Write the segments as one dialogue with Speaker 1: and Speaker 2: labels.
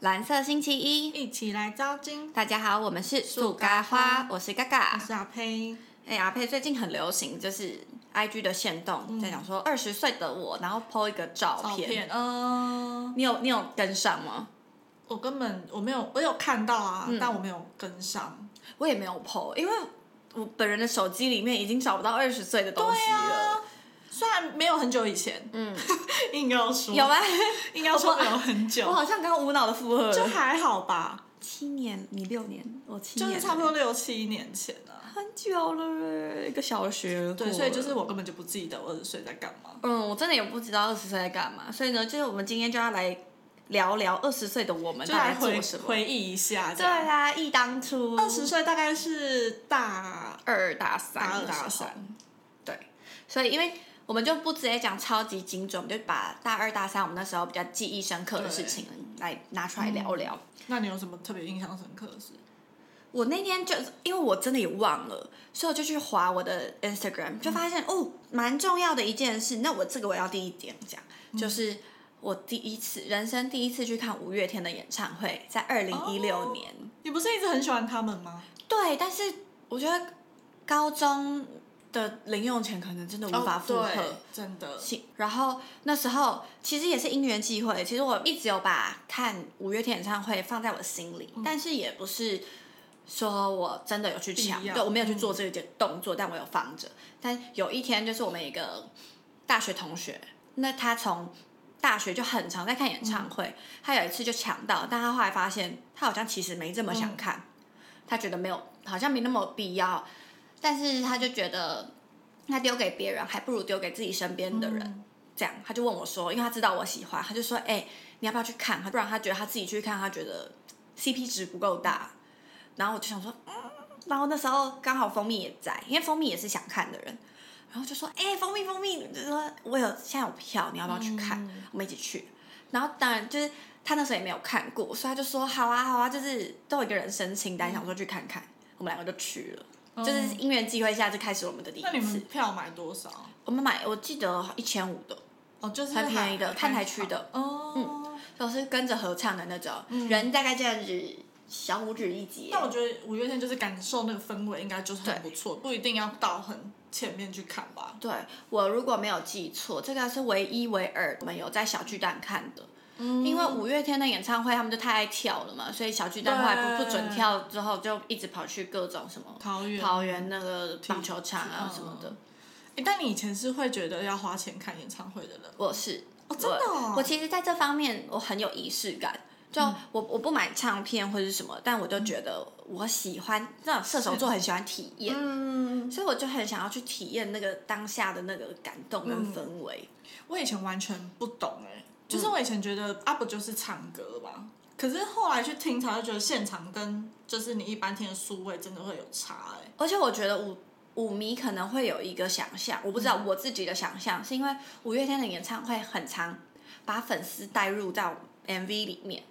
Speaker 1: 蓝色星期一，
Speaker 2: 一起来招金。
Speaker 1: 大家好，我们是
Speaker 2: 树
Speaker 1: 咖
Speaker 2: 咖
Speaker 1: 花
Speaker 2: 花，
Speaker 1: 我是嘎嘎
Speaker 2: 我。是阿呸，
Speaker 1: 哎、阿佩最近很流行，就是 I G 的限动，在讲说二十岁的我，然后 PO 一个嗯照片。哦呃
Speaker 2: 嗯，
Speaker 1: 你有你有跟上吗？
Speaker 2: 我根本我没有，我有看到啊，
Speaker 1: 嗯
Speaker 2: 但我没有跟上。
Speaker 1: 我也没有 PO，因为我本人的手机里面已经找不到二十岁的东西了。
Speaker 2: 虽然没有很久以前，嗯， 硬要说
Speaker 1: 有吗？啊
Speaker 2: 硬要说没有很久
Speaker 1: 我，好像刚无脑的附和
Speaker 2: 就
Speaker 1: 了。
Speaker 2: 还好吧，
Speaker 1: 七年，你六年，我七
Speaker 2: 就
Speaker 1: 年，
Speaker 2: 是差不多六七年前啊。
Speaker 1: 很久了，一个小学。
Speaker 2: 对，所以就是。我根本就不记得我二十岁在干嘛。
Speaker 1: 嗯，我真的也不知道二十岁在干嘛，所以呢，就是我们今天就要来聊聊二十岁的我们
Speaker 2: 就
Speaker 1: 到底
Speaker 2: 来
Speaker 1: 在
Speaker 2: 回
Speaker 1: 做什么。
Speaker 2: 回啊忆一下，
Speaker 1: 对啊啦、忆当初，
Speaker 2: 二十岁大概是大
Speaker 1: 二打三，
Speaker 2: 大二
Speaker 1: 打
Speaker 2: 大三，
Speaker 1: 对，所以因为我们就不直接讲超级精准，我们就把大二大三我们那时候比较记忆深刻的事情来拿出来
Speaker 2: 嗯
Speaker 1: 聊聊。
Speaker 2: 那你有什么特别印象深刻的事？
Speaker 1: 我那天就因为我真的也忘了，所以我就去划我的 Instagram，就发现、哦，蛮重要的一件事。那我这个我要第一点讲，就是我第一次人生第一次去看五月天的演唱会，在二零一六年。
Speaker 2: 你不是一直很喜欢他们吗？
Speaker 1: 对，但是我觉得高中的零用钱可能真的无法负荷。
Speaker 2: 哦对真的。
Speaker 1: 行然后那时候其实也是因缘际会，其实我一直有把看五月天演唱会放在我心里，
Speaker 2: 嗯
Speaker 1: 但是也不是说我真的有去抢，
Speaker 2: 必要嗯
Speaker 1: 对我没有去做这个动作，但我有放着。但有一天就是我们一个大学同学，那他从大学就很常在看演
Speaker 2: 嗯
Speaker 1: 唱会，他有一次就抢到，但他后来发现他好像其实没这么
Speaker 2: 嗯
Speaker 1: 想看，他觉得没有，好像没那么必要，但是他就觉得他丢给别人，还不如丢给自己身边的人。
Speaker 2: 嗯
Speaker 1: 这样，他就问我说，因为他知道我喜欢，他就说：“哎、你要不要去看？不然他觉得他自己去看，他觉得 CP 值不够大。”然后我就想说，嗯，然后那时候刚好蜂蜜也在，因为蜂蜜也是想看的人，然后就说：“哎、蜂蜜，蜂蜜，就说我有现在有票，你要不要
Speaker 2: 嗯
Speaker 1: 去看？我们一起去。”然后当然就是他那时候也没有看过，所以他就说：“好啊，好啊，就是都有一个人申清单，想说去看看。”我们两个就去了。就是因缘际会下，就开始我们的第一
Speaker 2: 哦那你
Speaker 1: 次
Speaker 2: 们。票买多少？
Speaker 1: 我们买，我记得一千五的，
Speaker 2: 哦，就是
Speaker 1: 很便宜的
Speaker 2: 还
Speaker 1: 看台区的嗯
Speaker 2: 哦。
Speaker 1: 就是跟着合唱的那种，
Speaker 2: 嗯
Speaker 1: 人大概这样子，小拇指一节。
Speaker 2: 但我觉得五月天就是感受那个氛围，应该就是很不错，不一定要到很前面去看吧。
Speaker 1: 对我如果没有记错，这个是唯一唯二我们有在小巨蛋看的。
Speaker 2: 嗯
Speaker 1: 因为五月天的演唱会，他们就太爱跳了嘛，所以小巨蛋后来不
Speaker 2: 对
Speaker 1: 不准跳，之后就一直跑去各种什么
Speaker 2: 桃园
Speaker 1: 桃园那个棒球场啊什么的。
Speaker 2: 诶但你以前是会觉得要花钱看演唱会的人吗，
Speaker 1: 我是，哦
Speaker 2: 真的哦嗯
Speaker 1: 我其实在这方面我很有仪式感。就我我不买唱片或者是什么，但我就觉得我喜欢那种射手座很喜欢体验，
Speaker 2: 嗯，
Speaker 1: 所以我就很想要去体验那个当下的那个感动
Speaker 2: 嗯
Speaker 1: 跟氛围。
Speaker 2: 我以前完全不懂哎、就是我以前觉得、啊不就是唱歌嘛，可是后来去听才会觉得现场跟就是你一般听的数位真的会有差哎、
Speaker 1: 而且我觉得舞舞迷可能会有一个想象，我不知道
Speaker 2: 嗯
Speaker 1: 我自己的想象，是因为五月天的演唱会很常把粉丝带入到 MV 里面。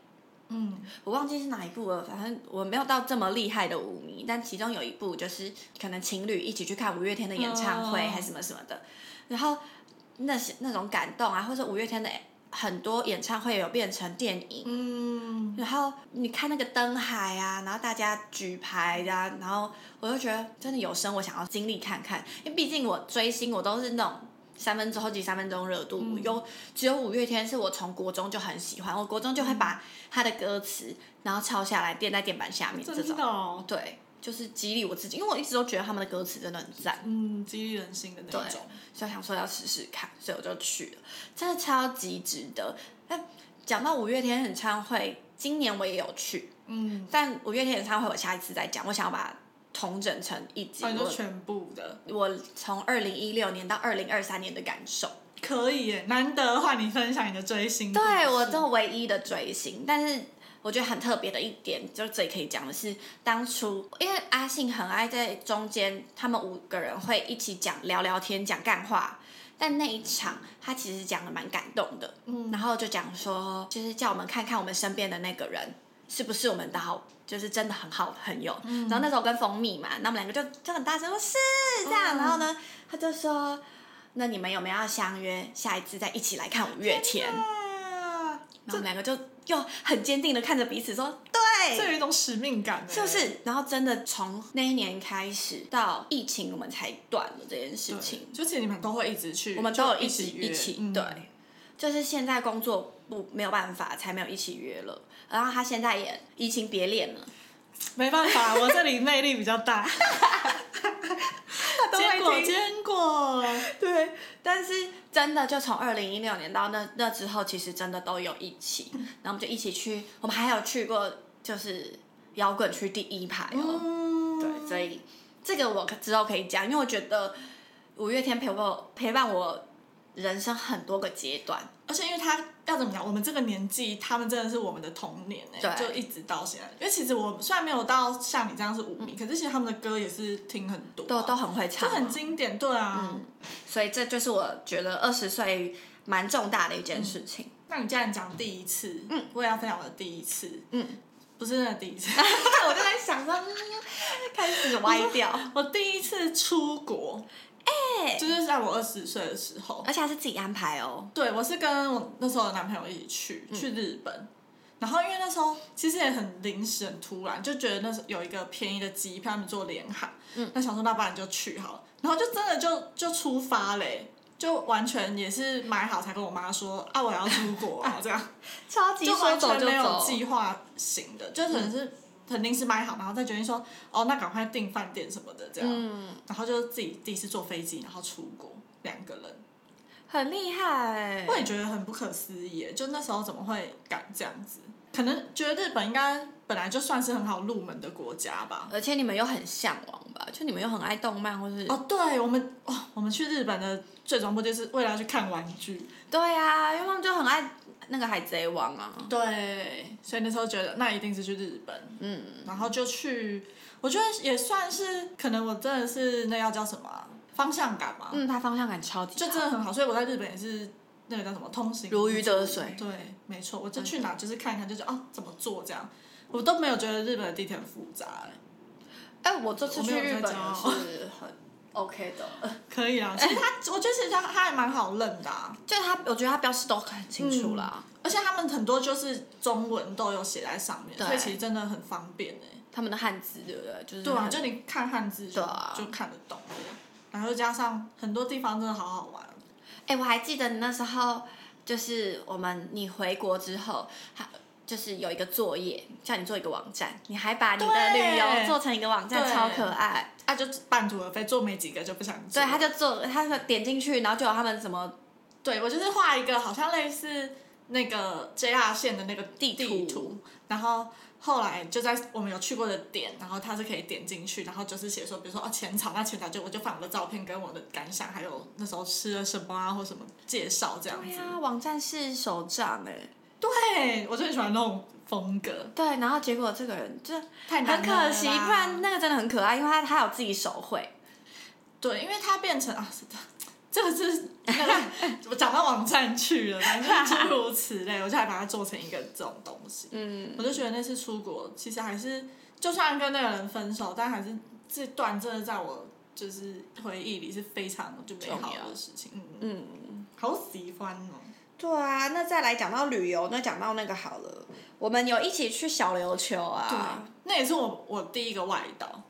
Speaker 2: 嗯，
Speaker 1: 我忘记是哪一部了，反正我没有到这么厉害的舞迷，但其中有一部就是可能情侣一起去看五月天的演唱会，
Speaker 2: 哦
Speaker 1: 还什么什么的，然后那些那种感动啊，或者五月天的很多演唱会有变成电影，
Speaker 2: 嗯，
Speaker 1: 然后你看那个灯海啊，然后大家举牌的、啊，然后我就觉得真的有生我想要经历看看，因为毕竟我追星我都是那种三分钟后几三分钟热度，
Speaker 2: 嗯
Speaker 1: 有只有五月天是我从国中就很喜欢，我国中就会把他的歌词然后抄下来垫在键盘下面这
Speaker 2: 真
Speaker 1: 种，
Speaker 2: 的哦，
Speaker 1: 对，就是激励我自己，因为我一直都觉得他们的歌词真的很赞。
Speaker 2: 嗯，激励人心的那
Speaker 1: 对
Speaker 2: 种。
Speaker 1: 就想说要试试看，所以我就去了，真的超级值得。那讲到五月天演唱会，今年我也有去，
Speaker 2: 嗯，
Speaker 1: 但五月天演唱会我下一次再讲，我想要把它统整成一集。
Speaker 2: 反正
Speaker 1: 我
Speaker 2: 全部的
Speaker 1: 我从二零一六年到二零二三年的感受，
Speaker 2: 可以耶，难得换你分享你的追星故事。
Speaker 1: 对我这唯一的追星，但是。我觉得很特别的一点，就是最可以讲的是，当初因为阿信很爱在中间，他们五个人会一起讲聊聊天、讲干话，但那一场他其实讲的蛮感动的，
Speaker 2: 嗯
Speaker 1: 然后就讲说，就是叫我们看看我们身边的那个人是不是我们的好，就是真的很好的朋友。
Speaker 2: 嗯
Speaker 1: 然后那时候跟蜂蜜嘛，那我们两个就就很大声说是这样，
Speaker 2: 嗯
Speaker 1: 然后呢，他就说，那你们有没有要相约下一次再一起来看五月天？
Speaker 2: 啊，
Speaker 1: 然后我们两个就又很坚定的看着彼此说对，
Speaker 2: 这有一种使命感、欸，
Speaker 1: 是不是？然后真的从那一年开始到疫情，我们才断了这件事
Speaker 2: 对
Speaker 1: 情。
Speaker 2: 就其实你们都会一直去，
Speaker 1: 我们都有
Speaker 2: 就
Speaker 1: 一
Speaker 2: 一
Speaker 1: 起
Speaker 2: 约
Speaker 1: 一起、
Speaker 2: 嗯
Speaker 1: 对，就是现在工作不没有办法，才没有一起约了。然后他现在也移情别恋了，
Speaker 2: 没办法，我这里魅力比较 大。
Speaker 1: 都会
Speaker 2: 坚果，
Speaker 1: 听
Speaker 2: 坚果，
Speaker 1: 对，但是真的就从二零一六年到那那之后，其实真的都有一起，然后我们就一起去，我们还有去过就是摇滚区第一排哦，
Speaker 2: 嗯，
Speaker 1: 对，所以这个我可之后可以讲，因为我觉得五月天陪我陪伴我人生很多个阶段，
Speaker 2: 而且因为他要怎么讲，我们这个年纪，他们真的是我们的童年哎、
Speaker 1: 对
Speaker 2: 就一直到现在。因为其实我虽然没有到像你这样是舞迷，可是其实他们的歌也是听很多、
Speaker 1: 都
Speaker 2: 啊，
Speaker 1: 都很会
Speaker 2: 嗯都
Speaker 1: 唱啊，
Speaker 2: 很经典，对啊。
Speaker 1: 所以这就是我觉得二十岁蛮重大的一件事情。
Speaker 2: 那你既然讲第一次，嗯，我也要分享我的第一次，
Speaker 1: 嗯，
Speaker 2: 不是那个第 一次，
Speaker 1: 我就在想说，嗯开始歪掉，
Speaker 2: 我第一次出国，哎、就是在我二十岁的时候，
Speaker 1: 而且还是自己安排哦。
Speaker 2: 对，我是跟我那时候的男朋友一起去、
Speaker 1: 嗯
Speaker 2: 去日本，然后因为那时候其实也很临时、很突然，就觉得那时候有一个便宜的机票，他们做联航，
Speaker 1: 嗯
Speaker 2: 那想说那不然就去好了，然后就真的就就出发嘞、就完全也是买好才跟我妈说啊，我要出国 啊，这样
Speaker 1: 超级
Speaker 2: 就
Speaker 1: 说
Speaker 2: 完
Speaker 1: 走
Speaker 2: 全
Speaker 1: 就
Speaker 2: 没有
Speaker 1: 走，
Speaker 2: 计划型的，就可能是很临时买好，然后再决定说哦，那赶快订饭店什么的这样，
Speaker 1: 嗯，
Speaker 2: 然后就自己第一次坐飞机，然后出国两个人。
Speaker 1: 很厉害
Speaker 2: 我。也觉得很不可思议耶，就那时候怎么会敢这样子？可能觉得日本应该本来就算是很好入门的国家吧。
Speaker 1: 而且你们又很向往吧？就你们又很爱动漫，或是、
Speaker 2: 哦，对，我们哦，我们去日本的最终目的是为了要去看玩具。
Speaker 1: 对啊，因为他们就很爱那个海贼王啊。
Speaker 2: 对，所以那时候觉得那一定是去日本，
Speaker 1: 嗯，
Speaker 2: 然后就去，我觉得也算是，可能我真的是那要叫什么啊、方向感嘛，
Speaker 1: 嗯，他方向感超级
Speaker 2: 就真
Speaker 1: 好，
Speaker 2: 的很好。所以我在日本也是那个叫什么通行
Speaker 1: 如鱼得水。
Speaker 2: 对，没错，我就去哪就是看一看，就是啊怎么做这样，我都没有觉得日本的地铁很复杂、欸，
Speaker 1: 哎、我这次
Speaker 2: 我
Speaker 1: 去
Speaker 2: 没有
Speaker 1: 日
Speaker 2: 在哦骄
Speaker 1: 本也
Speaker 2: 傲
Speaker 1: 是很 OK 的，呃
Speaker 2: 可以啊。其实他，我觉得其实他他还蛮好认的、啊，
Speaker 1: 就他，我觉得他标示都很清楚啦。
Speaker 2: 而且他们很多就是中文都有写在上面，
Speaker 1: 对
Speaker 2: 所以其实真的很方便哎、
Speaker 1: 他们的汉字对不对？就是
Speaker 2: 对啊，
Speaker 1: 很
Speaker 2: 就你看汉字就、
Speaker 1: 对啊
Speaker 2: 就看得懂了，然后加上很多地方真的好好玩。啊
Speaker 1: 哎、我还记得你那时候，就是我们你回国之后，还就是有一个作业，叫你做一个网站，你还把你的
Speaker 2: 对
Speaker 1: 旅游做成一个网站，
Speaker 2: 对
Speaker 1: 超可爱。
Speaker 2: 啊，就半途而废，做没几个就不想做。
Speaker 1: 对，他就做，他就点进去，然后就有他们什么
Speaker 2: 对，我就是画一个好像类似那个 JR 线的那个
Speaker 1: 地图
Speaker 2: 地图，然后后来就在我们有去过的点，然后它是可以点进去，然后就是写说，比如说哦浅草，那浅草就我就放我的照片跟我的感想，还有那时候吃了什么啊或什么介绍这样
Speaker 1: 对
Speaker 2: 子。
Speaker 1: 呀、网站是手账哎、
Speaker 2: 对，我就很喜欢那种风格，
Speaker 1: 对，然后结果这个人就
Speaker 2: 太难
Speaker 1: 很
Speaker 2: 了啦
Speaker 1: 可惜，不然那个真的很可爱，因为他他有自己手绘，
Speaker 2: 对，因为它变成啊，是的这个是那个 我讲到网站去了，反正就是诸如此类，我就还把它做成一个这种东西。
Speaker 1: 嗯，
Speaker 2: 我就觉得那次出国，其实还是就算跟那个人分手，但还是这段真的在我就是回忆里是非常就美好的事情。嗯嗯，好喜欢哦！
Speaker 1: 对啊，那再来讲到旅游，那讲到那个好了，我们有一起去小琉球啊，
Speaker 2: 那也是我我第一个外岛。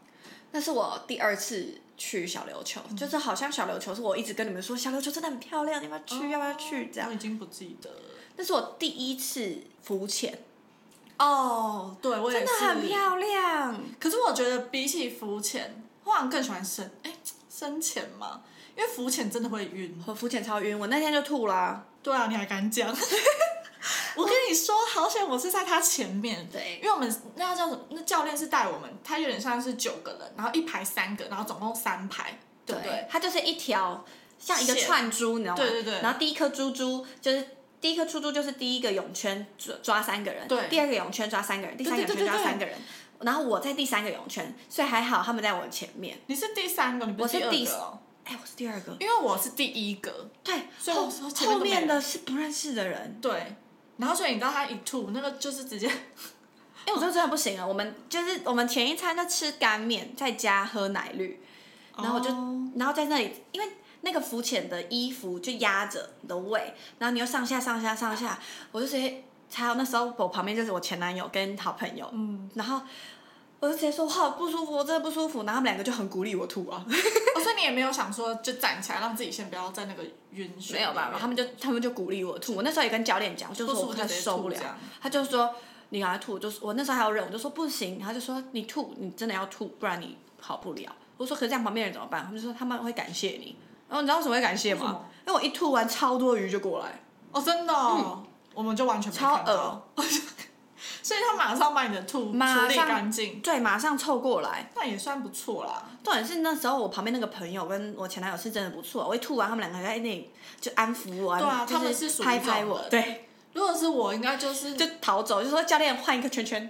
Speaker 1: 那是我第二次去小琉球，就是好像小琉球是我一直跟你们说小琉球真的很漂亮，你要不要去？要不要去？这样
Speaker 2: 我，已经不记得了。
Speaker 1: 那是我第一次浮潜，
Speaker 2: 哦，对，我也
Speaker 1: 真
Speaker 2: 是
Speaker 1: 的很漂亮。
Speaker 2: 可是我觉得比起浮潜，我好像更喜欢深哎深潜嘛，因为浮潜真的会晕。
Speaker 1: 我浮潜超晕，我那天就吐啦、
Speaker 2: 对啊，你还敢 讲？我跟你说，好险我是在他前面。
Speaker 1: 对
Speaker 2: 因为我们那叫什么？那教练是带我们，他有点像是九个人，然后一排三个，然后总共三排，对不对？
Speaker 1: 它就是一条像一个
Speaker 2: 线
Speaker 1: 串珠，你知道吗？
Speaker 2: 对对对
Speaker 1: 然后第一颗珠珠就是第一颗珠珠就是第一个泳圈抓抓三个人，
Speaker 2: 对
Speaker 1: 第二个泳圈抓三个人，第三个泳
Speaker 2: 对对
Speaker 1: 圈
Speaker 2: 对
Speaker 1: 抓
Speaker 2: 对
Speaker 1: 三个人，然后我在第三个泳圈，所以还好他们在我前面。
Speaker 2: 你是第三个，你不
Speaker 1: 我是
Speaker 2: 第二
Speaker 1: 第
Speaker 2: 个哦，
Speaker 1: 哎，我是第二个，
Speaker 2: 因为我是第一个，
Speaker 1: 对，
Speaker 2: 所以
Speaker 1: 后
Speaker 2: 我说前面
Speaker 1: 后
Speaker 2: 都没
Speaker 1: 面
Speaker 2: 人
Speaker 1: 的是不认识的人，
Speaker 2: 对。然后所以你知道他一吐，那个就是直接， 哦
Speaker 1: 哎、我真的真的不行了。我们就是我们前一餐就吃干面，在家喝奶绿，然后我就、
Speaker 2: 哦
Speaker 1: 然后在那里，因为那个浮潜的衣服就压着你的胃，然后你又上下上下上下，我就直接还有那时候我旁边就是我前男友跟好朋友，嗯，然后我就直接说我好不舒服，我真的不舒服，然后他们两个就很鼓励我吐啊，
Speaker 2: 哦，所以你也没有想说就站起来，让自己先不要在那个晕眩。
Speaker 1: 没有办法，他们就他们就鼓励我吐，我那时候也跟教练讲，就
Speaker 2: 不
Speaker 1: 是
Speaker 2: 舒
Speaker 1: 我
Speaker 2: 服
Speaker 1: 快
Speaker 2: 就直接
Speaker 1: 受不
Speaker 2: 吐
Speaker 1: 了
Speaker 2: 这，样。
Speaker 1: 他就说你赶快吐，就是我那时候还有忍，我就说不行，他就说你吐，你真的要吐，不然你好不了。我说可是这样旁边人怎么办？他们就说他们会感谢你。然后你知道为什么会感谢
Speaker 2: 为什
Speaker 1: 吗
Speaker 2: 么？
Speaker 1: 因为我一吐完超多鱼就过来，
Speaker 2: 哦，真的、哦我们就完全没
Speaker 1: 嗯超
Speaker 2: 看到
Speaker 1: 恶，
Speaker 2: 所以他马上把你的吐
Speaker 1: 马
Speaker 2: 处理
Speaker 1: 上
Speaker 2: 干净，
Speaker 1: 对，马上凑过来。
Speaker 2: 那也算不错啦。
Speaker 1: 重点是那时候我旁边那个朋友跟我前男友是真的不错，我一吐完他们两个在那里就安抚我，
Speaker 2: 对啊
Speaker 1: 就是
Speaker 2: 他们是属于
Speaker 1: 拍拍我
Speaker 2: 这，种
Speaker 1: 对，
Speaker 2: 如果是我，应该就是
Speaker 1: 就逃走，就说教练换一个圈圈，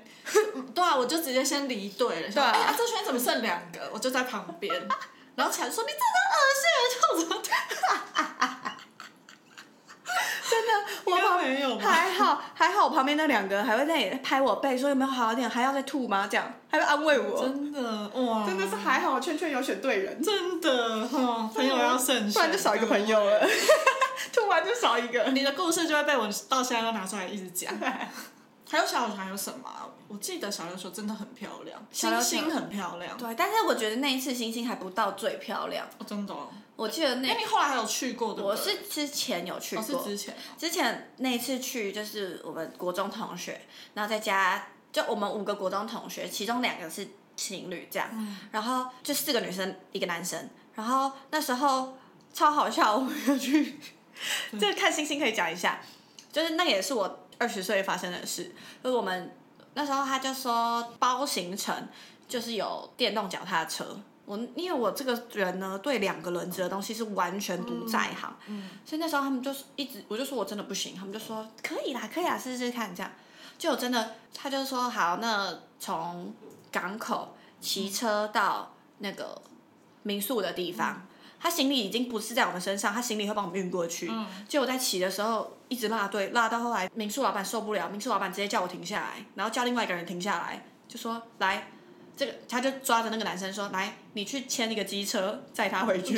Speaker 2: 对啊，我就直接先离队了。
Speaker 1: 对啊
Speaker 2: 哎呀，这圈怎么剩两个？我就在旁 边，然后起来说你真的恶心，就怎么
Speaker 1: 真的，我
Speaker 2: 应
Speaker 1: 旁
Speaker 2: 该没有吧？
Speaker 1: 还好还好，我旁边那两个还会在那里拍我背，说有没有好一点，还要再吐吗？这样还会安慰我，
Speaker 2: 真的哇，
Speaker 1: 真的是哦还好，圈圈有选对人，
Speaker 2: 真的哈，朋友要慎选，
Speaker 1: 不然就少一个朋友了， 吐完就少一个。
Speaker 2: 你的故事就会被我到现在都拿出来一直 讲。还有小刘还有什么啊、我记得小刘说真的很漂亮，
Speaker 1: 小琉
Speaker 2: 星
Speaker 1: 球
Speaker 2: 星很漂亮。
Speaker 1: 对，但是我觉得那一次星星还不到最漂亮，
Speaker 2: 哦，真的、哦。
Speaker 1: 我记得
Speaker 2: 哎、
Speaker 1: 那
Speaker 2: 你后来还有去过对不
Speaker 1: 我
Speaker 2: 对？
Speaker 1: 是之前有去
Speaker 2: 哦，是
Speaker 1: 过，
Speaker 2: 之前。
Speaker 1: 之前那一次去就是我们国中同学，然后再加就我们五个国中同学，其中两个是情侣这样，然后就四个女生一个男生，然后那时候超好笑，我们有去，这个看星星可以讲一下，就是那个也是我二十岁发生的事，就是我们那时候他就说包行程就是有电动脚踏车。我因为我这个人呢，对两个轮子的东西是完全不在行，所以那时候他们就是一直，我就说我真的不行，他们就说可以啦，可以啦，试试看这样。就真的，他就说好，那从港口骑车到那个民宿的地方，他行李已经不是在我们身上，他行李会帮我们运过去。结果在骑的时候一直落队，落到后来民宿老板受不了，民宿老板直接叫我停下来，然后叫另外一个人停下来，就说来。这个他就抓着那个男生说：“来，你去牵一个机车，载他回去。”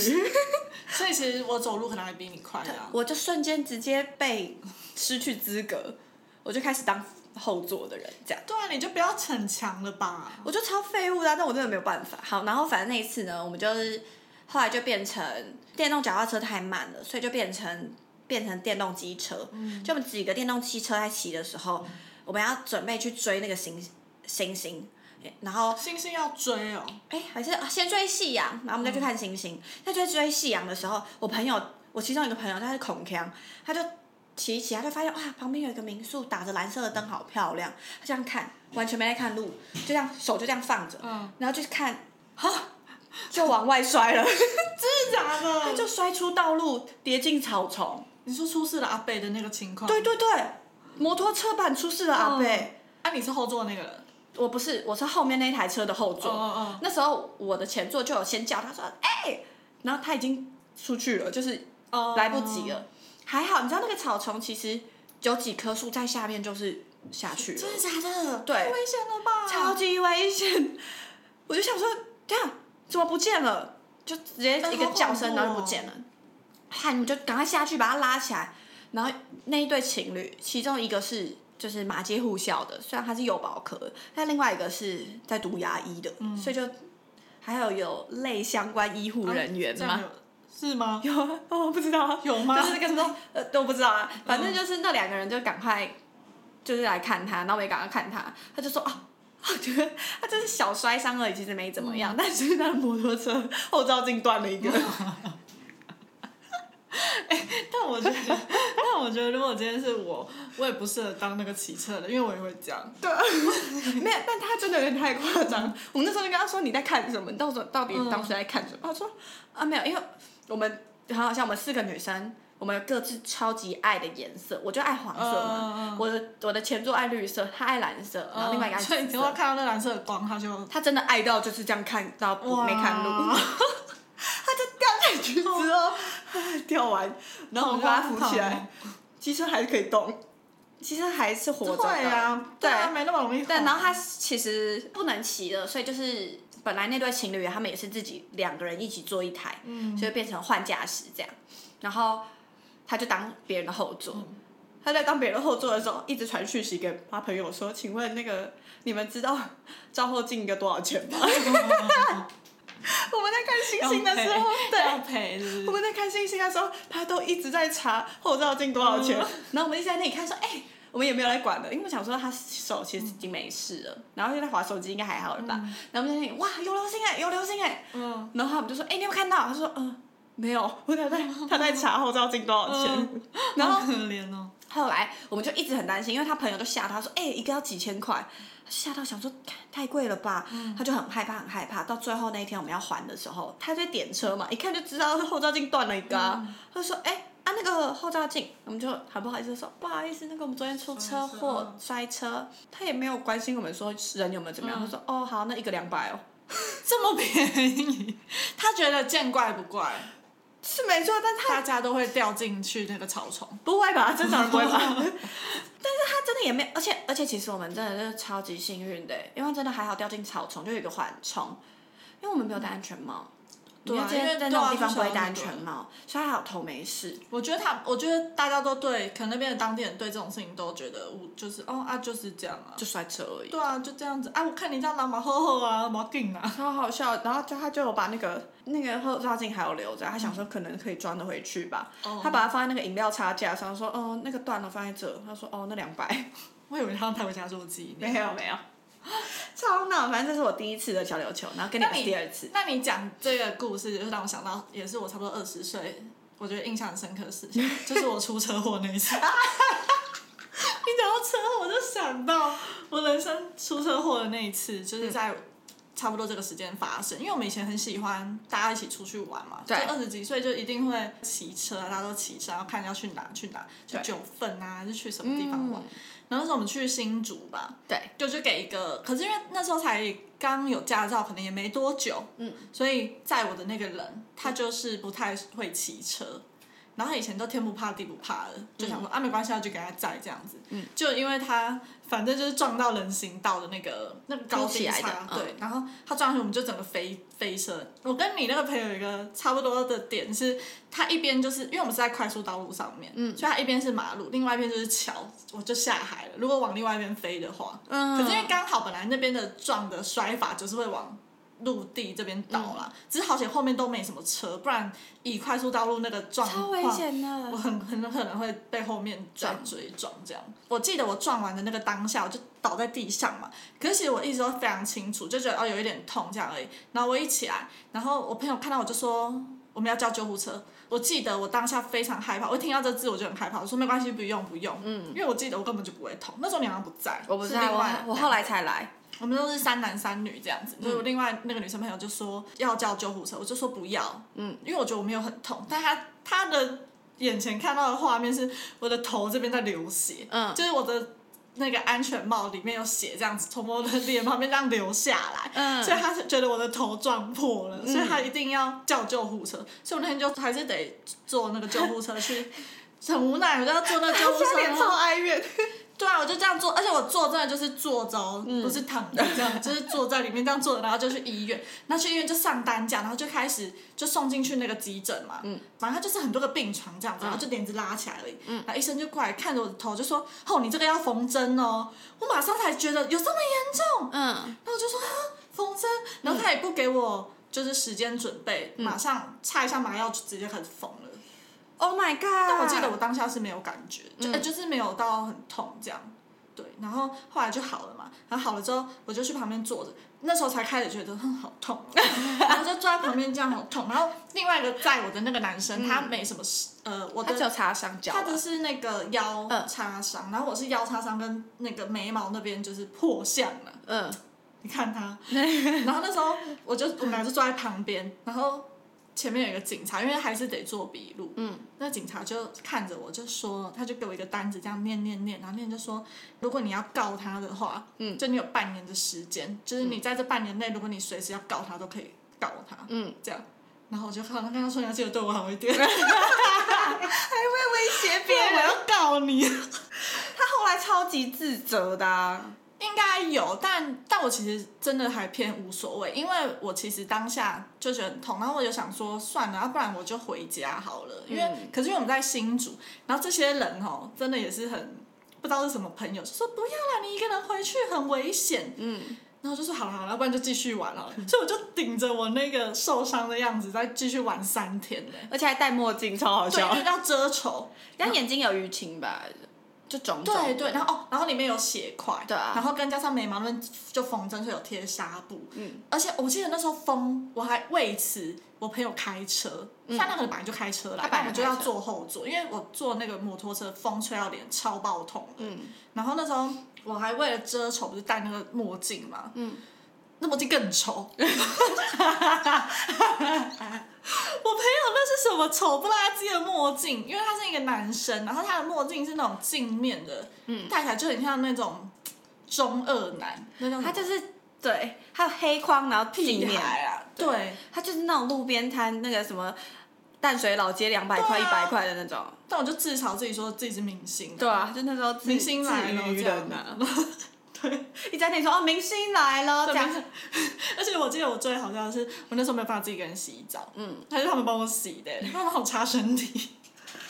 Speaker 2: 所以其实我走路可能还比你快啊。
Speaker 1: 我就瞬间直接被失去资格，我就开始当后座的人，这样
Speaker 2: 对啊，你就不要逞强了吧。
Speaker 1: 我就超废物的啊、但我真的没有办法。好，然后反正那一次呢，我们就是后来就变成电动脚踏车太慢了，所以就变成变成电动机车。就我们几个电动汽车在骑的时候，我们要准备去追那个星星星，然后
Speaker 2: 星星要追哦，
Speaker 1: 哎，还是啊先追夕阳，然后我们再去看星星。在追追夕阳的时候，我朋友，我其中一个朋友，他是孔锵，他就骑一骑，他就发现哇，旁边有一个民宿打着蓝色的灯，好漂亮。他这样看，完全没在看路，就这样手就这样放着，
Speaker 2: 嗯
Speaker 1: 然后就看，哈，就往外摔了，
Speaker 2: 真的假的？
Speaker 1: 就摔出道路，跌进草丛。
Speaker 2: 你说出事了阿贝的那个情况，
Speaker 1: 对，对对，摩托车版出事了，阿贝。
Speaker 2: 啊，你是后座那个人，
Speaker 1: 我不是，我是后面那台车的后座。
Speaker 2: 哦哦
Speaker 1: 那时候我的前座就有先叫他说：“哎、然后他已经出去了，就是
Speaker 2: 哦
Speaker 1: 来不及了。还好，你知道那个草丛其实有几棵树在下面，就是下去了，
Speaker 2: 哦真的假的？
Speaker 1: 对
Speaker 2: 太危险了吧？
Speaker 1: 超级危险。我就想说，这样怎么不见了？就直接一个叫声，
Speaker 2: 哎好恐怖哦
Speaker 1: 然后就不见了。嗨，你就赶快下去把它拉起来。然后那一对情侣，其中一个是就是马街护校的，虽然他是幼保科，但另外一个是在读牙医的，所以就还有有类相关医护人员
Speaker 2: 哦这
Speaker 1: 吗？
Speaker 2: 样有是吗？
Speaker 1: 有啊，哦，不知道啊，
Speaker 2: 有吗嗯
Speaker 1: 就是那个什么，呃，都不知道啊。反正就是那两个人就赶快，就是来看他，然后我也赶快看他，他就说啊。我觉得 他就是小摔伤而已，其实没怎么
Speaker 2: 嗯
Speaker 1: 样，但是他的摩托车后照镜断了一个。
Speaker 2: 但我觉得， 但我觉得如果今天是我，我也不适合当那个骑车的，因为我也会这样。对，
Speaker 1: 没有，但他真的有点太夸张。我们那时候就跟他说你在看什么，你到时候到底当时在看什么？他说啊没有，因为我们很好像我们四个女生，我们有各自超级爱的颜色，我就爱黄色嘛，
Speaker 2: 嗯嗯嗯
Speaker 1: 我的我的前座爱绿色，他爱蓝色，然后啊另外一个爱
Speaker 2: 嗯所以
Speaker 1: 紫
Speaker 2: 你只
Speaker 1: 色。
Speaker 2: 要看到那蓝色的光，他就
Speaker 1: 他真的爱到就是这样看到不
Speaker 2: 哇
Speaker 1: 没看路， 他就掉下去之后，哎掉完，然后我们把他扶起来，机车还可以动，机车还是活着的。
Speaker 2: 对啊，
Speaker 1: 对
Speaker 2: 啊，没那么容易晃。
Speaker 1: 对， 然后他其实不能骑了，所以就是本来那对情侣他们也是自己两个人一起坐一台，所以变成换驾驶这样，然后他就当别人的后座，他在当别人后座的时候，一直传讯息给他朋友说：“请问那个你们知道照后镜一个多少钱吗？” 我们在看星星的时候，对，
Speaker 2: 要赔是不是
Speaker 1: 我？们在看星星的时候，他都一直在查后照镜多少钱，
Speaker 2: 嗯
Speaker 1: 然后我们一直在那里看说，哎、我们也没有来管的，因为我想说他手其实已经没事了，然后又在划手机，应该还好了吧？然后我们在那里哇，有流星哎、有流星哎、
Speaker 2: 嗯，
Speaker 1: 然后他们就说，哎、你有没有看到？他说，嗯、没有，我在在他在查后照镜多少钱。然后
Speaker 2: 好可怜哦，
Speaker 1: 后来我们就一直很担心，因为他朋友就吓他说：“哎、一个要几千块。”吓到想说太贵了吧，他就很害怕，很害怕。到最后那一天我们要还的时候，他在点车嘛，一看就知道后照镜断了一个、啊，他就说：“哎、啊那个后照镜。”我们就很不好意思地说：“不好意思，那个我们昨天出车祸摔车。”他也没有关心我们说人有没有怎么样，他说：“哦好，那一个两百哦。”
Speaker 2: 这么便宜，他觉得见怪不怪，
Speaker 1: 是没错，但他
Speaker 2: 大家都会掉进去那个草丛。
Speaker 1: 不会吧？正常人不会吧？ 但是他真的也没，而且而且，其实我们真的是超级幸运的，欸因为真的还好掉进草丛，就有一个缓冲，因为我们没有戴安全帽。
Speaker 2: 对啊
Speaker 1: 你就觉得
Speaker 2: 因为
Speaker 1: 在那
Speaker 2: 对
Speaker 1: 种
Speaker 2: 啊
Speaker 1: 地方
Speaker 2: 就
Speaker 1: 不会
Speaker 2: 想
Speaker 1: 戴
Speaker 2: 要
Speaker 1: 安
Speaker 2: 那
Speaker 1: 全
Speaker 2: 个
Speaker 1: 帽，所以还好头没事。
Speaker 2: 我觉得他，我觉得大家都对，可能那边的当地人对这种事情都觉得，我就是哦啊，就是这样啊，
Speaker 1: 就摔车而已，
Speaker 2: 对啊，就这样子啊，我看你这样拿毛厚厚啊，毛劲啊，
Speaker 1: 超好笑。然后就他就有把那个那个后照镜还有留着，他想说可能可以装得回去吧。
Speaker 2: 哦
Speaker 1: 他把它放在那个饮料差架上，说哦那个断了放在这，他说哦那两百。
Speaker 2: 我以为他要带回家做纪念。
Speaker 1: 没有没有，超闹！反正这是我第一次的小琉球，然后跟你们
Speaker 2: 那你
Speaker 1: 第二次。
Speaker 2: 那你讲这个故事，就让我想到，也是我差不多二十岁，我觉得印象很深刻的事情，就是我出车祸那一次。你讲 到车祸，我就想到我人生出车祸的那一次，
Speaker 1: 嗯
Speaker 2: 就是在差不多这个时间发生。因为我们以前很喜欢大家一起出去玩嘛，就
Speaker 1: 对
Speaker 2: 二十几岁就一定会骑车，啊大家都骑车，然后看要去哪去哪，去九份啊，就去什么地方玩。
Speaker 1: 嗯
Speaker 2: 然后那时候我们去新竹吧，
Speaker 1: 对，
Speaker 2: 就去给一个，可是因为那时候才刚有驾照，可能也没多久，
Speaker 1: 嗯，
Speaker 2: 所以载我的那个人他就是不太会骑车，然后以前都天不怕地不怕的，就
Speaker 1: 嗯
Speaker 2: 想说、啊没关系，那就给他载这样子，嗯，就因为他反正就是撞到人行道的那个那个高
Speaker 1: 凸起
Speaker 2: 低
Speaker 1: 来的
Speaker 2: 差，
Speaker 1: 嗯
Speaker 2: 对，然后他撞上去我们就整个飞飞车。我跟你那个朋友有一个差不多的点是，他一边就是因为我们是在快速道路上面，嗯，所以他一边是马路，另外一边就是桥，我就下海了。如果往另外一边飞的话，
Speaker 1: 嗯
Speaker 2: 可是因为刚好本来那边的撞的摔法就是会往陆地这边倒啦，
Speaker 1: 嗯
Speaker 2: 只是好险后面都没什么车，不然以快速道路那个撞
Speaker 1: 超危
Speaker 2: 况
Speaker 1: 险
Speaker 2: 我
Speaker 1: 的。
Speaker 2: 很很可能会被后面再追撞这样。我记得我撞完的那个当下，我就倒在地上嘛。可是其实我一直都非常清楚，就觉得哦有一点痛这样而已。然后我一起来，然后我朋友看到我就说我们要叫救护车。我记得我当下非常害怕，我一听到这字我就很害怕，我说没关系，不用不用，嗯，因为我记得我根本就不会痛。那时候你好像不在，
Speaker 1: 我不
Speaker 2: 是
Speaker 1: 是啊
Speaker 2: 另外
Speaker 1: 我我后来才来，
Speaker 2: 我们都是三男三女这样子，所
Speaker 1: 嗯
Speaker 2: 以我另外那个女生朋友就说要叫救护车，我就说不要，嗯，因为我觉得我没有很痛，但她她的眼前看到的画面是我的头这边在流血，
Speaker 1: 嗯
Speaker 2: 就是我的那个安全帽里面有血，这样子从我的脸旁边这样流下来，
Speaker 1: 嗯
Speaker 2: 所以他是觉得我的头撞破了，所以他一定要叫救护车，所以我那天就还是得坐那个救护车去， 很无奈，我就要坐那个救 护车，然后
Speaker 1: 哀怨。
Speaker 2: 对啊，我就这样做，而且我坐真的就是坐着哦，不是躺着这样，就是坐在里面这样坐着，然后就去医院，那去医院就上担架，然后就开始就送进去那个急诊嘛，嗯，反正他就是很多个病床这样子，然后就帘子拉起来而已，嗯，然后医生就过来看着我的头就说，哦，你这个要缝针哦，我马上才觉得有这么严重，
Speaker 1: 嗯，
Speaker 2: 然后我就说啊，缝针，然后他也不给我就是时间准备，马上擦一下麻药就直接开始缝了。
Speaker 1: Oh my god！
Speaker 2: 但我记得我当下是没有感觉，就、
Speaker 1: 嗯
Speaker 2: 呃就是没有到很痛这样。对，然后后来就好了嘛，然后好了之后，我就去旁边坐着，那时候才开始觉得哼好痛哦， 然后就坐在旁边这样好痛。然后另外一个载我的那个男生，他没什么事，呃，我
Speaker 1: 嗯他
Speaker 2: 的
Speaker 1: 只有擦伤脚啊，嗯
Speaker 2: 他的是那个腰擦伤，然后我是腰擦伤跟那个眉毛那边就是破相了。
Speaker 1: 嗯，
Speaker 2: 你看 他，然后那时候我就我们俩就坐在旁边，然后前面有一个警察，因为还是得做笔录，嗯，那警察就看着我就说，他就给我一个单子，这样念念念，然后念就说，如果你要告他的话，嗯，就你有半年的时间，就是你在这半年内，如果你随时要告他都可以告他，嗯，这样。然后我就看他跟他说你要记得对我好一 点，
Speaker 1: 威胁
Speaker 2: 不然我要告你。
Speaker 1: 他后来超级自责的啊，
Speaker 2: 应该有，但但我其实真的还偏无所谓，因为我其实当下就觉得很痛，然后我就想说算了，要啊不然我就回家好了。因为、
Speaker 1: 嗯
Speaker 2: 可是因为我们在新竹，然后这些人哦，真的也是很不知道是什么朋友，就说不要啦，你一个人回去很危险。
Speaker 1: 嗯，
Speaker 2: 然后我就说好了好了，要不然就继续玩好了。所以我就顶着我那个受伤的样子，再继续玩三天呢、
Speaker 1: 而且还戴墨镜，超好
Speaker 2: 对，
Speaker 1: 笑
Speaker 2: 因。为要遮丑，
Speaker 1: 但眼睛有淤青吧，就肿肿。
Speaker 2: 对对，然后哦，然后里面有血块，
Speaker 1: 对啊
Speaker 2: 然后跟加上眉毛那边就缝针，所以有贴纱布，
Speaker 1: 嗯，
Speaker 2: 而且我记得那时候风，我还为此我朋友开车，
Speaker 1: 嗯
Speaker 2: 像那个人本来就开车
Speaker 1: 他
Speaker 2: 来，
Speaker 1: 本
Speaker 2: 但
Speaker 1: 来
Speaker 2: 我
Speaker 1: 就
Speaker 2: 就要
Speaker 1: 开车
Speaker 2: 坐后座，因为我坐那个摩托车，风吹到脸超爆痛的，
Speaker 1: 嗯
Speaker 2: 然后那时候我还为了遮丑，不是戴那个墨镜嘛，
Speaker 1: 嗯，
Speaker 2: 那墨镜更 丑。我朋友那是什么丑不拉几的墨镜？因为他是一个男生，然后他的墨镜是那种镜面的，
Speaker 1: 嗯
Speaker 2: 戴起来就很像那种中二男，那种
Speaker 1: 他就是对，还有黑框，然后
Speaker 2: 屁
Speaker 1: 镜面，
Speaker 2: 孩啊，对。
Speaker 1: 他就是那种路边摊那个什么淡水老街两百块、一
Speaker 2: 对
Speaker 1: 百
Speaker 2: 啊
Speaker 1: 块的那种。
Speaker 2: 但我就自嘲自己说自己是明星，
Speaker 1: 对啊，就那时候自
Speaker 2: 明星来了
Speaker 1: 自娱
Speaker 2: 这样
Speaker 1: 人啊。对， 一家店说哦，明星来了，这
Speaker 2: 对
Speaker 1: 样
Speaker 2: 明星 而且我记得我最好笑的是，我那时候没有办法自己一个人洗澡，
Speaker 1: 嗯，
Speaker 2: 还是他们帮我洗的，他们好擦身体。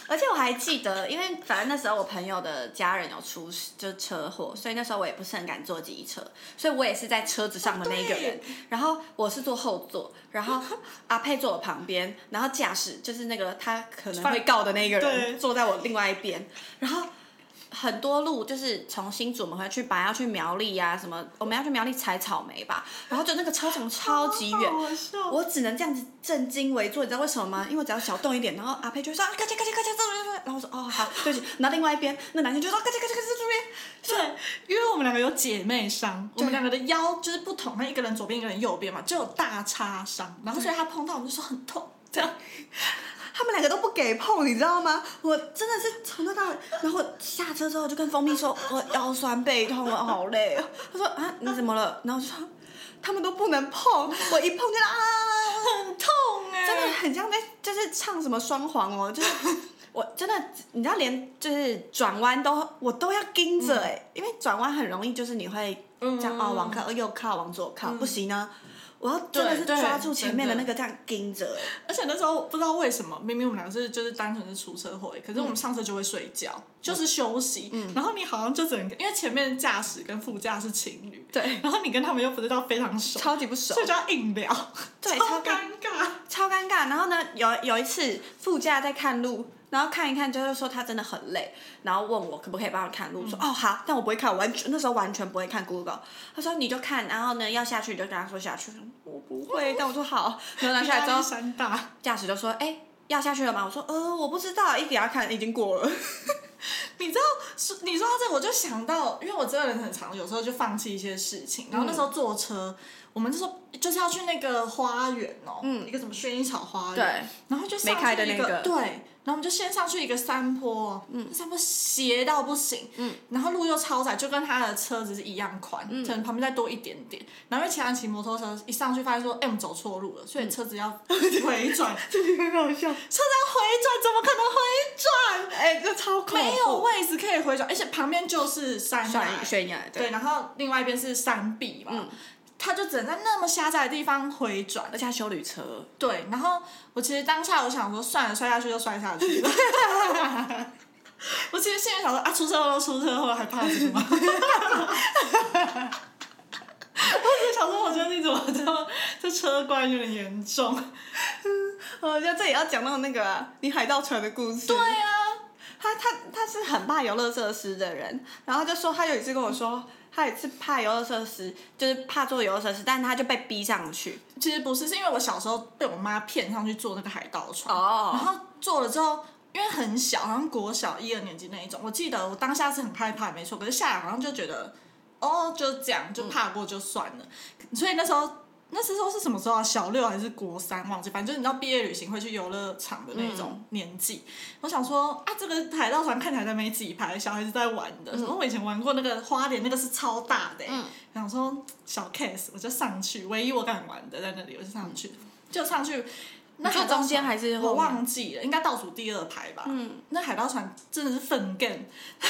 Speaker 1: 而且我还记得，因为反正那时候我朋友的家人有出事就是车祸，所以那时候我也不是很敢坐机车，所以我也是在车子上的那一个人。
Speaker 2: 哦
Speaker 1: 然后我是坐后座，然后阿佩坐我旁边，然后驾驶就是那个他可能会告的那个
Speaker 2: 对
Speaker 1: 人坐在我另外一边，然后。很多路就是从新竹我们会去，本来要去苗栗呀、什么，我们要去苗栗采草莓吧，然后就那个车程超级远，
Speaker 2: 好笑
Speaker 1: 我只能这样子震惊围坐，你知道为什么吗？因为我只要小动一点，然后阿佩就会说啊咔嚓咔嚓咔嚓这边，然后我说哦好，对不起。然后另外一边那男生就说咔嚓咔嚓咔嚓这边，
Speaker 2: 对，因为我们两个有姐妹伤，我们两个的腰就是不同，那一个人左边一个人右边嘛，就有大擦伤，然后所以他碰到我们就说很痛，这样。
Speaker 1: 他们两个都不给碰，你知道吗？我真的是从头到尾，然后我下车之后就跟蜂蜜说，我腰酸背痛，我好累哦。他说啊你怎么了？然后我就说他们都不能碰，我一碰就啊。
Speaker 2: 很痛哎、
Speaker 1: 真的很像在就是唱什么双簧哦，就是我真的你知道连就是转弯都我都要盯着哎、因为转弯很容易就是你会这
Speaker 2: 嗯
Speaker 1: 样、哦往靠右靠往左靠、不行呢，我要
Speaker 2: 对
Speaker 1: 真的是
Speaker 2: 对
Speaker 1: 抓住前面的
Speaker 2: 真
Speaker 1: 那
Speaker 2: 的
Speaker 1: 个这样盯着哎、
Speaker 2: 而且那时候不知道为什么，明明我们俩是就是单纯是出车祸，欸可是
Speaker 1: 嗯
Speaker 2: 我们上车就会睡觉，就是休息。然后你好像就整个，因为前面驾驶跟副驾是情侣，
Speaker 1: 对，
Speaker 2: 然后你跟他们又不知道非常熟，
Speaker 1: 超级不熟
Speaker 2: 所，以就要硬聊，
Speaker 1: 对
Speaker 2: 超
Speaker 1: 超尴
Speaker 2: 尴尬。
Speaker 1: 超尴尬。然后呢，有有一次副驾在看路。然后看一看，就是说他真的很累，然后问我可不可以帮他看路，说哦好，但我不会看，我完全那时候完全不会看 Google。他说你就看，然后呢要下去你就跟他说下去，我说我不会，但我说好。然后拿下来之后
Speaker 2: 压力，山大，
Speaker 1: 驾驶就说：“哎、要下去了吗？”我说：“呃，我不知道，一给他看已经过了。
Speaker 2: 你知道，说你说到这，我就想到，因为我这个人很常有时候就放弃一些事情。然后那时候坐车，我们就说就是要去那个花园哦、一个什么薰衣草花园，
Speaker 1: 对，
Speaker 2: 然后就上
Speaker 1: 没开的
Speaker 2: 去一
Speaker 1: 那个
Speaker 2: 对，然后我们就先上去一个山坡，嗯，山坡斜到不行，嗯，然后路又超窄，就跟他的车子是一样宽，可能旁边再多一点点。然后因为其他人骑摩托车一上去发现说，哎、我们走错路了，所以车子 要回转，”
Speaker 1: 这个很好笑，
Speaker 2: 车嗯子要回转，怎么可能回转？
Speaker 1: 哎、这超恐怖，
Speaker 2: 没有位置可以回转，而且旁边就是山
Speaker 1: 悬
Speaker 2: 崖，
Speaker 1: 悬崖，对，
Speaker 2: 对，然后另外一边是山壁嘛，
Speaker 1: 嗯
Speaker 2: 他就只能在那么狭窄的地方回转
Speaker 1: 而。且还修旅车，
Speaker 2: 对，然后我其实当下我想说，算了，摔下去就摔下 去了。我其实现在想说啊，出车祸都出车祸了，还怕什么？我只是想说，我觉得你怎么这么这车关有点严重？
Speaker 1: 我觉得呃这也要讲到那个、啊、你海盗船的故事。对
Speaker 2: 对啊，
Speaker 1: 他他他是很怕游乐设施的人，然后他就说他有一次跟我说。他有一次怕游乐设施，就是怕坐游乐设施，但是他就被逼上去。
Speaker 2: 其实不是，是因为我小时候被我妈骗上去坐那个海盗船。然
Speaker 1: 哦，
Speaker 2: 后做了之后，因为很小，好像国小一二年级那一种，我记得我当下是很害怕，没错。可是下来好像就觉得，哦，就这样，就怕过就算了。所以那时候，那时候是什么时候啊？小六还是国三？忘记，反正就是你知道毕业旅行会去游乐场的那
Speaker 1: 嗯
Speaker 2: 种年纪。我想说啊，这个海盗船看起来才没几排，小孩子在玩的。
Speaker 1: 嗯
Speaker 2: 然后我以前玩过那个花莲，那个是超大的、欸。想说小 case，我就上去，唯一我敢玩的在那里，我就上去，就上去。那
Speaker 1: 嗯你坐
Speaker 2: 海盗
Speaker 1: 中间
Speaker 2: 船
Speaker 1: 还是后面
Speaker 2: 我忘记了，应该倒数第二排吧。嗯，那 海盗船真的是粪便，他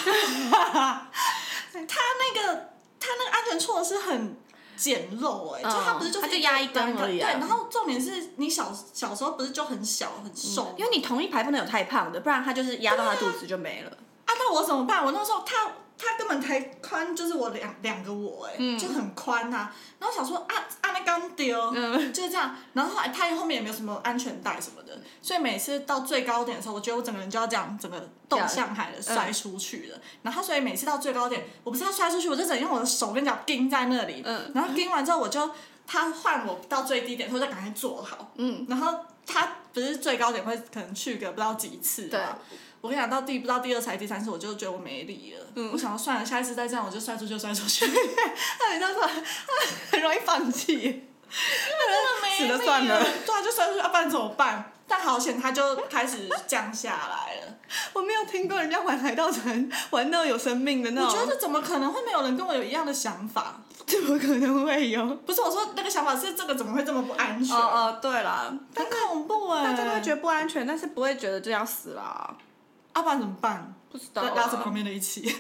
Speaker 2: 那个他那个安全措施很简陋哎、
Speaker 1: 嗯
Speaker 2: 就他不是
Speaker 1: 他
Speaker 2: 是
Speaker 1: 就
Speaker 2: 一
Speaker 1: 压一根
Speaker 2: 单
Speaker 1: 而已啊
Speaker 2: 对，然后重点是你小小时候不是就很小很瘦吗、
Speaker 1: 因为你同一排不能有太胖的，不然它就是压到它肚子就没了。
Speaker 2: 啊，那我怎么办？我那时候他他根本才宽，就是我两两个我哎、就很宽呐、然后想说啊啊那刚丢，
Speaker 1: 嗯
Speaker 2: 就是这样。然后后来他后面也没有什么安全带什么的，所以每次到最高点的时候，我觉得我整个人就要这样整个动向海的
Speaker 1: 嗯
Speaker 2: 摔出去了。然后所以每次到最高点，我不是要摔出去，我就整用我的手跟脚钉在那里，
Speaker 1: 嗯
Speaker 2: 然后钉完之后我就。他换我到最低点，他就赶快坐好。
Speaker 1: 嗯，
Speaker 2: 然后他不是最高点会可能去个不知道几次
Speaker 1: 对
Speaker 2: 嘛，我跟你讲，到第不到第二次还是第三次，我就觉得我没理了。
Speaker 1: 嗯
Speaker 2: 我想要算了，下一次再这样，我就摔出去就摔出去。 那你这样说，
Speaker 1: 很容易放弃。
Speaker 2: 真
Speaker 1: 死了算了
Speaker 2: 对啊，就摔出去，要、不然怎么办？但好险，它就开始降下来了。
Speaker 1: 我没有听过人家玩海盗船玩到有生命的那
Speaker 2: 我
Speaker 1: 种，
Speaker 2: 觉得怎么可能会没有人跟我有一样的想法？
Speaker 1: 怎么可能会有？哦
Speaker 2: 不是我说那个想法是这个怎么会这么不安全？
Speaker 1: 哦，对啦，
Speaker 2: 很恐怖哎、
Speaker 1: 大家都会觉
Speaker 2: 得，
Speaker 1: 得不安全，但是不会觉得这要死啦。
Speaker 2: 要、不然怎么办？
Speaker 1: 不知道啊
Speaker 2: 拉拉着旁边的一 起。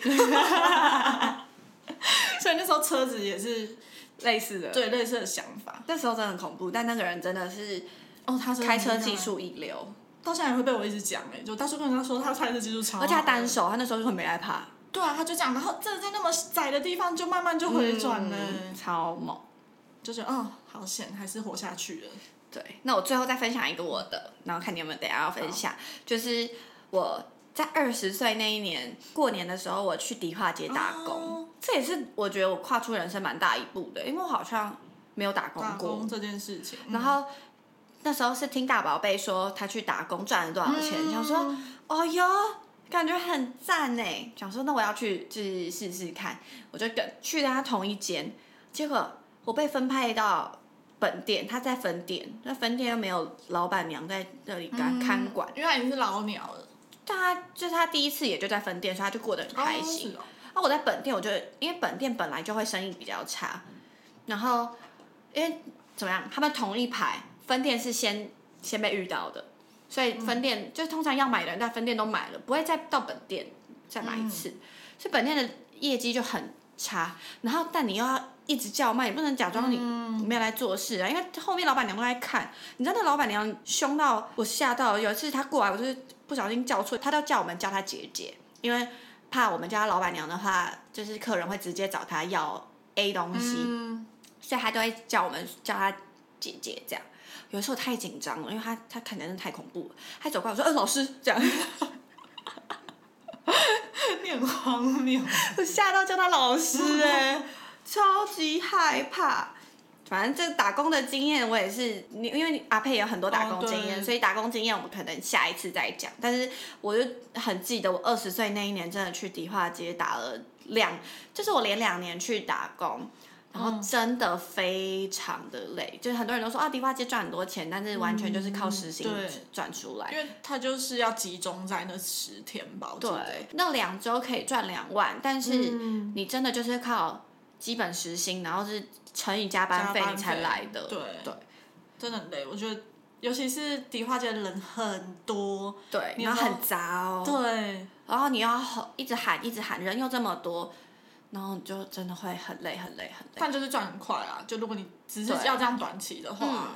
Speaker 2: 所以那时候车子也是
Speaker 1: 类似的，，
Speaker 2: 对类似的想法。
Speaker 1: 那时候真的很恐怖，但那个人真的是
Speaker 2: 哦，他
Speaker 1: 开车技术一流，
Speaker 2: 到现在也会被我一直讲哎、就到处跟人家说他开车技术超好，
Speaker 1: 而且他单手，他那时候就很没害怕，
Speaker 2: 对啊，他就这样，然后真的在那么窄的地方就慢慢就回转了、
Speaker 1: 嗯超猛。
Speaker 2: 就觉得哦，好险，还是活下去了。
Speaker 1: 对，那我最后再分享一个我的，然后看你有没有等一下要分享，就是我在二十岁那一年过年的时候，我去迪化街打工，
Speaker 2: 哦
Speaker 1: 这也是我觉得我跨出人生蛮大一步的，因为我好像没有打工
Speaker 2: 打
Speaker 1: 过，
Speaker 2: 工这件事情，
Speaker 1: 然后。那时候是听大宝贝说他去打工赚了多少钱，
Speaker 2: 嗯
Speaker 1: 想说哦哟，感觉很赞呢。想说那我要去就是试试看，我就跟去跟他同一间，结果我被分派到本店，他在分店，那分店又没有老板娘在那里看看管，
Speaker 2: 因为他已经是老鸟了，
Speaker 1: 但他就是他第一次也就在分店，所以他就过得很开心。
Speaker 2: 哦
Speaker 1: 啊，我在本店，我觉得因为本店本来就会生意比较差，然后因为怎么样，他们同一排分店是先先被遇到的，所以分店、就通常要买的人在分店都买了，不会再到本店再买一次，所以本店的业绩就很差。然后但你又要一直叫卖，你不能假装你没有来做事啊，因为后面老板娘都在看。你知道那老板娘凶到我吓到，有一次她过来，我就是不小心叫错，她都叫我们叫她姐姐，因为怕我们叫她老板娘的话，就是客人会直接找她要 A 东西。
Speaker 2: 嗯，
Speaker 1: 所以他都会叫我们叫他姐姐这样。有时候太紧张了，因为他他看起来真的太恐怖了。他走过来我说：“呃，老师。”这样，
Speaker 2: 你很荒谬，
Speaker 1: 我吓到叫他老师哎、超级害怕。反正这打工的经验，我也是，你因为阿佩有很多打
Speaker 2: 哦
Speaker 1: 工
Speaker 2: 对
Speaker 1: 经验，所以打工经验我们可能下一次再讲。但是我就很记得，我二十岁那一年真的去迪化街打了两，就是我连两年去打工，然后真的非常的累。就是很多人都说啊，迪化街赚很多钱，但是完全就是靠实
Speaker 2: 嗯
Speaker 1: 行
Speaker 2: 对
Speaker 1: 赚出来。
Speaker 2: 因为他就是要集中在那十天吧，我记得
Speaker 1: 对，那两周可以赚两万，但是
Speaker 2: 嗯
Speaker 1: 你真的就是靠基本时薪，然后是乘以加班
Speaker 2: 加
Speaker 1: 费
Speaker 2: 班
Speaker 1: 你才
Speaker 2: 费
Speaker 1: 来的。
Speaker 2: 对
Speaker 1: 对
Speaker 2: 真的很累，我觉得。尤其是迪化街的人很多，
Speaker 1: 对，
Speaker 2: 你
Speaker 1: 然后
Speaker 2: 知道
Speaker 1: 很杂哦，
Speaker 2: 对，
Speaker 1: 然后你要吼一直喊一直喊，人又这么多，然后你就真的会很累很累很累。
Speaker 2: 但就是赚很快啊。就如果你只是
Speaker 1: 对
Speaker 2: 要这样短期的话，
Speaker 1: 嗯，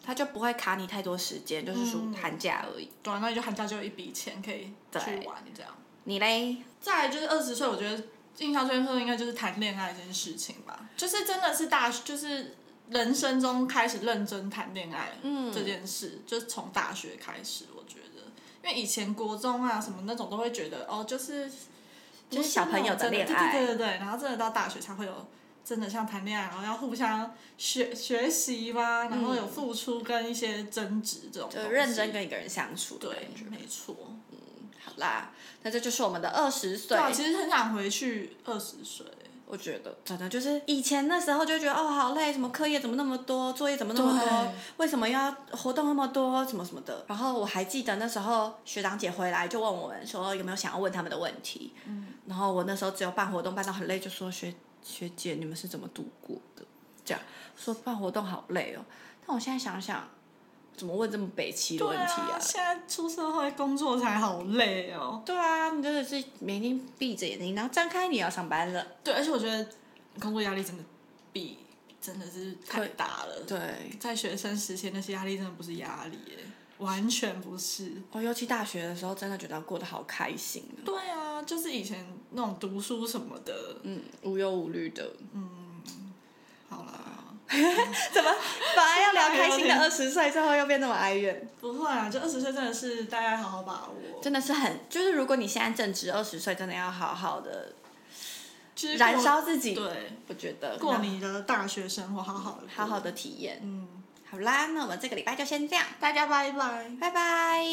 Speaker 1: 他就不会卡你太多时间，就是说
Speaker 2: 嗯
Speaker 1: 寒假而已。
Speaker 2: 对啊，那你就寒假就有一笔钱可以去玩这样。
Speaker 1: 你嘞？
Speaker 2: 再来就是二十岁，我觉得印象最深刻应该就是谈恋爱这件事情吧，就是真的是大，就是人生中开始认真谈恋爱
Speaker 1: 嗯
Speaker 2: 这件事，就是从大学开始，我觉得。因为以前国中啊什么那种都会觉得哦，就是
Speaker 1: 就是小朋友的
Speaker 2: 真
Speaker 1: 恋
Speaker 2: 对对
Speaker 1: 爱，
Speaker 2: 对对对，然后真的到大学才会有真的像谈恋爱，然后要互相学学习嘛，然后有付出跟一些争执这种东西，
Speaker 1: 就认真跟一个人相处的
Speaker 2: 对
Speaker 1: 感觉。，
Speaker 2: 没错。
Speaker 1: 好啦，那这就是我们的二十岁
Speaker 2: 对啊，其实很想回去二十岁，
Speaker 1: 我觉得真的就是以前那时候就觉得哦好累，什么课业怎么那么多，作业怎么那么多
Speaker 2: 对，
Speaker 1: 为什么要活动那么多，什么什么的。然后我还记得那时候学长姐回来就问我们说有没有想要问他们的问题，嗯，然后我那时候只有办活动办到很累，就说学学姐你们是怎么度过的？这样说办活动好累哦，但我现在想想，怎么问这么北齐的问题
Speaker 2: 对啊，现在出社会工作才好累哦。
Speaker 1: 对啊，你真的是眼睛闭着眼睛，然后张开你要上班了。
Speaker 2: 对，而且我觉得工作压力真的比真的是太大了。
Speaker 1: 对，
Speaker 2: 在学生时期那些压力真的不是压力耶，完全不是。
Speaker 1: 哦，尤其大学的时候，真的觉得过得好开心啊，
Speaker 2: 对啊，就是以前那种读书什么的，
Speaker 1: 嗯，无忧无虑的。
Speaker 2: 好啦，
Speaker 1: 怎么本来要聊开心的
Speaker 2: 哎
Speaker 1: 二十岁，最后又变那么哀怨？
Speaker 2: 不会啊，这二十岁真的是大家好好把握，
Speaker 1: 真的是很，就是如果你现在正值二十岁，真的要好好的
Speaker 2: 就是过
Speaker 1: 燃烧自己。
Speaker 2: 对，
Speaker 1: 我觉得
Speaker 2: 过
Speaker 1: 那
Speaker 2: 你的大学生活，好好的，
Speaker 1: 好好，的体验。
Speaker 2: 嗯，
Speaker 1: 好啦，那我们这个礼拜就先这样，
Speaker 2: 大家拜拜。
Speaker 1: 拜拜。